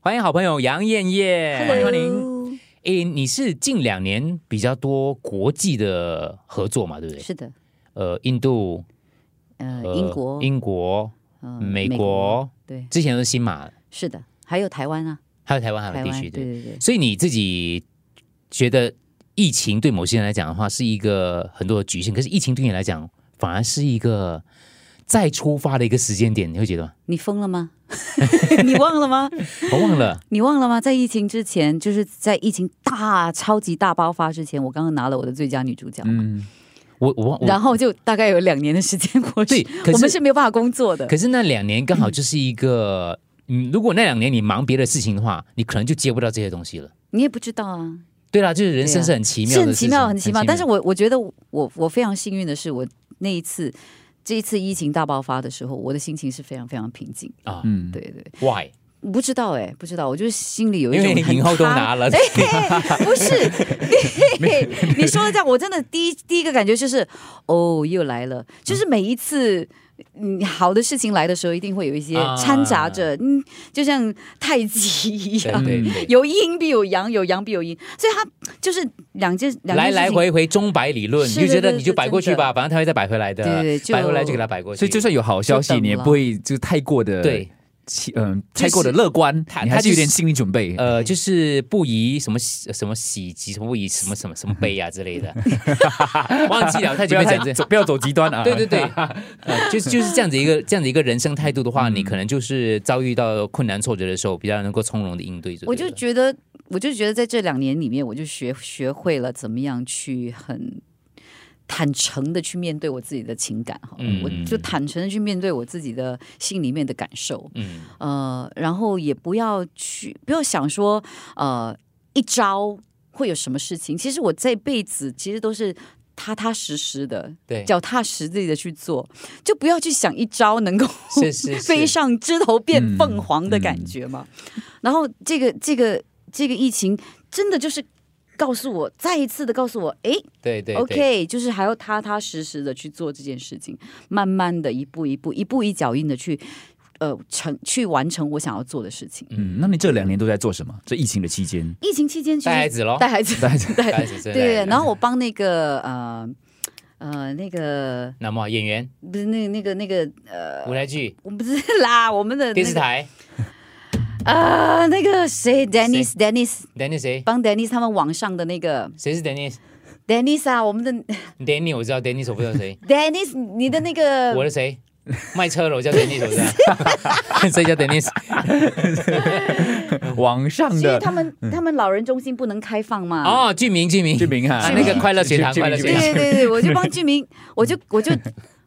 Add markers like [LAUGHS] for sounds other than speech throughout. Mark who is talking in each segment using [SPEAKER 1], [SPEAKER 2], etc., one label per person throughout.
[SPEAKER 1] 欢迎好朋友杨艳艳，
[SPEAKER 2] 欢
[SPEAKER 1] 您。
[SPEAKER 2] 迎。
[SPEAKER 1] 诶，你是近两年比较多国际的合作嘛，对不对？
[SPEAKER 2] 是的，
[SPEAKER 1] 呃，印度、
[SPEAKER 2] 呃，
[SPEAKER 1] 呃
[SPEAKER 2] 英国、
[SPEAKER 1] 英国、
[SPEAKER 2] 呃
[SPEAKER 1] 美国，
[SPEAKER 2] 对，
[SPEAKER 1] 之前都是新马，
[SPEAKER 2] 是的，还有台湾啊，
[SPEAKER 1] 还有台湾海
[SPEAKER 2] 台
[SPEAKER 1] 有地
[SPEAKER 2] 湾，
[SPEAKER 1] 区
[SPEAKER 2] 对
[SPEAKER 1] 对。
[SPEAKER 2] 对对，
[SPEAKER 1] 所以你自己觉得疫情对某些人来讲的话，是一个很多的局限，可是疫情对你来讲，反而是一个再出发的一个时间点，你会觉得吗？
[SPEAKER 2] 你疯了吗？ [LAUGHS] 你忘了吗？ [LAUGHS]
[SPEAKER 1] 我忘了，
[SPEAKER 2] 你忘了吗？在疫情之前，就是在疫情大超级大爆发之前，我刚刚拿了我的最佳女主角，
[SPEAKER 1] 嗯，我我忘我
[SPEAKER 2] 然后就大概有两年的时间，我
[SPEAKER 1] 对
[SPEAKER 2] 是
[SPEAKER 1] 可是
[SPEAKER 2] 我们是没有办法工作的
[SPEAKER 1] 可。是那两年刚
[SPEAKER 2] 嗯
[SPEAKER 1] 好就是一个，嗯，如果那两年你忙别的事情的话，你可能就接不到这些东西了。
[SPEAKER 2] 你也不知道啊，
[SPEAKER 1] 对啦，就是人生
[SPEAKER 2] 对啊
[SPEAKER 1] 是很奇妙
[SPEAKER 2] 是
[SPEAKER 1] 的
[SPEAKER 2] 很
[SPEAKER 1] 事情，
[SPEAKER 2] 奇妙，很奇妙。但是我我觉得我我非常幸运的是，我那一次这一次疫情大爆发的时候，我的心情是非常非常平静。
[SPEAKER 1] 啊
[SPEAKER 3] 嗯，
[SPEAKER 2] 对对，
[SPEAKER 1] ，why？
[SPEAKER 2] 不知道哎、不知道，我就是心里有一
[SPEAKER 1] 因
[SPEAKER 2] 种
[SPEAKER 1] 为
[SPEAKER 2] 很
[SPEAKER 1] 你影后都
[SPEAKER 2] 塌
[SPEAKER 1] 拿
[SPEAKER 2] [LAUGHS]
[SPEAKER 1] 了，
[SPEAKER 2] 不是， [LAUGHS] 你你说的这样，我真的第一第一个感觉就是，哦，又来了。就是每一次，嗯，好的事情来的时候，一定会有一些
[SPEAKER 1] 啊
[SPEAKER 2] 掺杂着，嗯，就像太极一
[SPEAKER 1] [LAUGHS] 对
[SPEAKER 2] 样，
[SPEAKER 1] 对对，
[SPEAKER 2] 哎有阴必有阳，有阳必有阴，所以它就是两件两件
[SPEAKER 1] 来
[SPEAKER 2] 事
[SPEAKER 1] 来
[SPEAKER 2] 情
[SPEAKER 1] 回回钟摆理论，你
[SPEAKER 2] 是
[SPEAKER 1] 就觉得
[SPEAKER 2] 是
[SPEAKER 1] 你就摆过去吧，反正他会再摆回来的，
[SPEAKER 2] 对对就
[SPEAKER 1] 摆回来就给他摆过去，
[SPEAKER 3] 所以就算有好消息，你也不会就太过的
[SPEAKER 1] 对。
[SPEAKER 3] 期，嗯，
[SPEAKER 1] 就是
[SPEAKER 3] 太过的乐观
[SPEAKER 1] 他，
[SPEAKER 3] 你还
[SPEAKER 1] 他就是
[SPEAKER 3] 是有点心理准备。
[SPEAKER 1] 呃，就是不宜什么喜什么喜极，什么不宜什么什么什么悲啊之类
[SPEAKER 2] [LAUGHS]
[SPEAKER 1] 的，忘记了，太
[SPEAKER 3] 不
[SPEAKER 1] 久
[SPEAKER 3] 要
[SPEAKER 1] 没
[SPEAKER 3] 太
[SPEAKER 1] 讲这
[SPEAKER 3] 走，不要走极端啊！
[SPEAKER 1] [LAUGHS] 对对对，呃，就是就是这样子一个这样子一个人生态度的话，你可能就是遭遇到困难挫折的时候，比较能够从容的应对。
[SPEAKER 2] 我就觉得，我就觉得在这两年里面，我就学学会了怎么样去很坦诚的去面对我自己的情感哈，
[SPEAKER 1] 嗯
[SPEAKER 2] 我就坦诚的去面对我自己的心里面的感受，
[SPEAKER 1] 嗯
[SPEAKER 2] 呃，然后也不要去不要想说呃一招会有什么事情，其实我这辈子其实都是。踏踏实实的，
[SPEAKER 1] 对
[SPEAKER 2] 脚踏实地的去做，就不要去想一招能够
[SPEAKER 1] 是是嗯是
[SPEAKER 2] 飞上枝头变
[SPEAKER 3] 嗯
[SPEAKER 2] 凤凰的感觉嘛。然后这个这个这个疫情真的就是告诉我，再一次的告诉我，哎
[SPEAKER 1] 对对对
[SPEAKER 2] ，OK，就是还要踏踏实实的去做这件事情，慢慢的一步一步，一步一脚印的去。呃，成去完成我想要做的事情。
[SPEAKER 3] [LAUGHS] 嗯，那你这两年都在做什么？这疫情的
[SPEAKER 1] [LAUGHS]
[SPEAKER 3] 期间，
[SPEAKER 2] 疫情期间其实
[SPEAKER 1] 带孩子咯
[SPEAKER 2] 带孩子，带孩子，
[SPEAKER 1] 带孩子之类的
[SPEAKER 2] [LAUGHS] 对，然后我帮那个呃呃那个
[SPEAKER 1] 那么演员
[SPEAKER 2] 不是那那个那个呃
[SPEAKER 1] 舞台剧、
[SPEAKER 2] 我不是 [LAUGHS] 啦，我们的、那个、
[SPEAKER 1] 电视台，
[SPEAKER 2] 啊、那个谁，Dennis Dennis，
[SPEAKER 1] 等那谁？
[SPEAKER 2] 帮 Dennis 他们网上的那个
[SPEAKER 1] 谁是 Dennis？Dennis
[SPEAKER 2] Dennis 啊，我们的
[SPEAKER 1] 我知道，Dennis 我不知道
[SPEAKER 2] [LAUGHS]
[SPEAKER 1] 谁，
[SPEAKER 2] Dennis，你的那个
[SPEAKER 1] 我的谁？卖车的我叫 Dennis 我知道，
[SPEAKER 2] [LAUGHS]
[SPEAKER 1] 谁叫 Dennis？
[SPEAKER 3] 网上
[SPEAKER 2] 因为
[SPEAKER 3] 的
[SPEAKER 2] 他们他们老人中心不能开放嘛。
[SPEAKER 1] 嗯哦，俊明俊明
[SPEAKER 3] 志明
[SPEAKER 1] 啊
[SPEAKER 3] 哈，
[SPEAKER 1] 那个快乐学堂
[SPEAKER 3] 志
[SPEAKER 1] 快
[SPEAKER 3] 明
[SPEAKER 1] 乐学
[SPEAKER 2] 对
[SPEAKER 1] 堂
[SPEAKER 2] 对对对，我就帮
[SPEAKER 1] [LAUGHS]
[SPEAKER 2] 居民，我就我就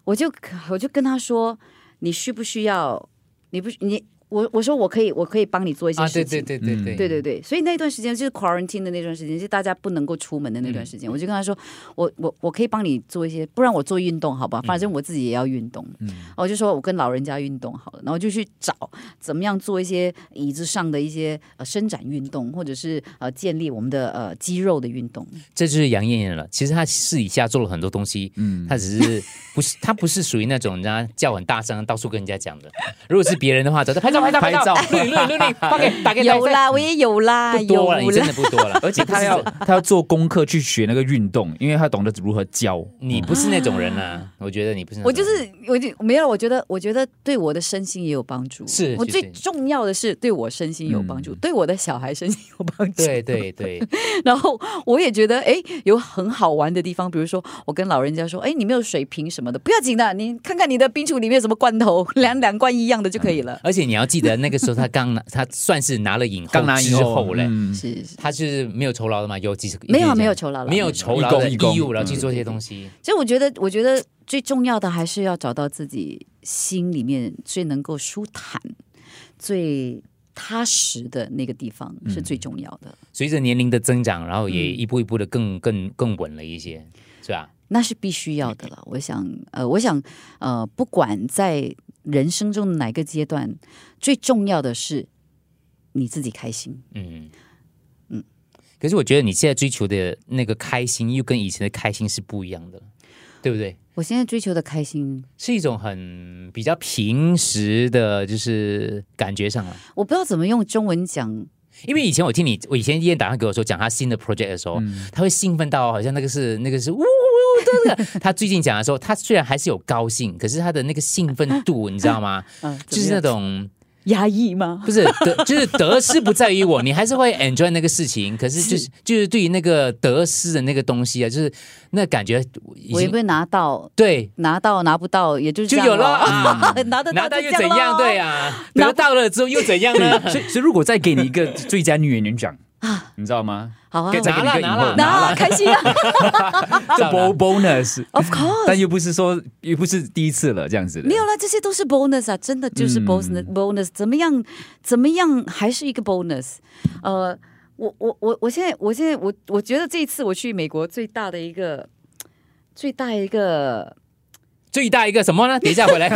[SPEAKER 2] 我就我就跟他说，你需不需要？你不你我我说我可以我可以帮你做一些
[SPEAKER 1] 啊，
[SPEAKER 2] 事
[SPEAKER 1] 对
[SPEAKER 2] 情。
[SPEAKER 1] 对对对对
[SPEAKER 2] 嗯对对对，所以那段时间就是 quarantine 的那段时间，就是大家不能够出门的那段
[SPEAKER 1] 嗯
[SPEAKER 2] 时间，我就跟他说，我我我可以帮你做一些，不然我做运动好
[SPEAKER 1] 嗯
[SPEAKER 2] 吧，反正我自己也要运动。嗯，我就说我跟老人家运动好了，然后就去找怎么样做一些椅子上的一些呃伸展运动，或者是呃建立我们的呃肌肉的运动。
[SPEAKER 1] 这就是杨艳艳了。其实她私底下做了很多东西，嗯，她只是不是她不是属于那种人家叫很大声到处跟人家讲的。如果是别人的话，早就拍照拍照
[SPEAKER 3] 拍照
[SPEAKER 1] 录影录影录影，发
[SPEAKER 3] [LAUGHS]
[SPEAKER 1] 给打给
[SPEAKER 2] 有
[SPEAKER 1] 大家
[SPEAKER 2] 啦，我也有啦，
[SPEAKER 1] 不
[SPEAKER 2] 有
[SPEAKER 1] 多啊了，你真
[SPEAKER 2] 啦。
[SPEAKER 1] 的不多了。
[SPEAKER 3] 而且
[SPEAKER 1] [LAUGHS]
[SPEAKER 3] 他要他要做功课去学那个运动，因为他懂得如何教。
[SPEAKER 1] 你不是那种人啊，我觉得你不是那种人。
[SPEAKER 2] [LAUGHS] 我就是，我就没有。我觉得，我觉得对我的身心也有帮助。
[SPEAKER 1] 是
[SPEAKER 2] 我
[SPEAKER 1] 是
[SPEAKER 2] 最
[SPEAKER 1] 是
[SPEAKER 2] 重要的是对我身心有帮助，对我的小孩身心有帮助。
[SPEAKER 1] 对对对，
[SPEAKER 2] 然后我也觉得，哎，有很好玩的地方，比如说我跟老人家说，哎，你没有水瓶什么的，不要紧的，你看看你的冰橱里面有什么罐头，两两罐一样的就可以了。
[SPEAKER 1] 而且你要记得那个时候她刚拿，她算是拿了影后
[SPEAKER 3] 刚拿以
[SPEAKER 1] 之后嘞。
[SPEAKER 3] 嗯
[SPEAKER 2] 是是，
[SPEAKER 1] 她是没有酬劳的嘛？有几十
[SPEAKER 2] 没有啊没有酬劳了
[SPEAKER 1] 没有酬劳的
[SPEAKER 3] 义工
[SPEAKER 1] 义
[SPEAKER 3] 义
[SPEAKER 1] 务
[SPEAKER 3] 工
[SPEAKER 1] 了，去做这些东西。
[SPEAKER 2] 所以我觉得，我觉得最重要的还是要找到自己心里面最能够舒坦、最踏实的那个地方是
[SPEAKER 1] 嗯
[SPEAKER 2] 最重要的。
[SPEAKER 1] 随着年龄的增长，然后也一步一步的更更更稳了一些，是吧？
[SPEAKER 2] 那是必须
[SPEAKER 1] 嗯
[SPEAKER 2] 要的了。我想，呃，我想，呃，不管在人生中的哪个阶段，最重要的是你自己开心。
[SPEAKER 1] 嗯，可是我觉得你现在追求的那个开心，又跟以前的开心是不一样的。对不对？
[SPEAKER 2] 我现在追求的开心，
[SPEAKER 1] 是一种很比较平时的，就是感觉上了。啊
[SPEAKER 2] 我不知道怎么用中文讲。
[SPEAKER 1] 因为以前我听你，我以前燕打算给我说讲他新的 project 的时候，
[SPEAKER 2] 嗯
[SPEAKER 1] 他会兴奋到好像那个是那个是呜呜呜的那个。他最近讲的时候，他虽然还是有高兴，可是他的那个兴奋
[SPEAKER 2] [LAUGHS]
[SPEAKER 1] 度，你知道吗？
[SPEAKER 2] 嗯，
[SPEAKER 1] 就
[SPEAKER 2] 怎么
[SPEAKER 1] 是那
[SPEAKER 2] 样
[SPEAKER 1] 种
[SPEAKER 2] 压抑吗？
[SPEAKER 1] 不是得，就是得失不在于我，你还是会 enjoy 那个事情。可是就是就是对于那个得失的那个东西啊，就是那感觉已
[SPEAKER 2] [LAUGHS] 我
[SPEAKER 1] 经
[SPEAKER 2] 也不会拿到，
[SPEAKER 1] 对
[SPEAKER 2] 拿到拿不到，也就是
[SPEAKER 1] 就
[SPEAKER 2] 这样
[SPEAKER 1] 有了
[SPEAKER 2] 咯。 [LAUGHS]
[SPEAKER 1] 啊，
[SPEAKER 2] 拿得
[SPEAKER 1] 拿
[SPEAKER 2] 到
[SPEAKER 1] 到
[SPEAKER 2] 就
[SPEAKER 1] 又
[SPEAKER 2] 这
[SPEAKER 1] 怎
[SPEAKER 2] 咯
[SPEAKER 1] 样？对啊，得到了之后又怎样
[SPEAKER 2] [LAUGHS]
[SPEAKER 1] 呢？
[SPEAKER 3] 所以，所以如果再给你一个最佳女演
[SPEAKER 1] [LAUGHS]
[SPEAKER 3] 员奖，你知道吗？
[SPEAKER 2] 好啊，
[SPEAKER 3] 给再给你一个影
[SPEAKER 1] 拿了
[SPEAKER 3] 后，
[SPEAKER 1] 拿
[SPEAKER 2] [LAUGHS] 拿开心啊
[SPEAKER 3] 这 bo- bonus，
[SPEAKER 1] 哦
[SPEAKER 2] ，Of course，
[SPEAKER 3] 但又不是说又不是第一次了，这样子的。嗯
[SPEAKER 2] 没有啦，这些都是 bonus 啊，真的就是 bonus、bonus，怎么样怎么样还是一个 bonus，呃，我我我我现在我现在我我觉得这一次我去美国最大的一个最大一个
[SPEAKER 1] 最大一个什么呢？等一下回来。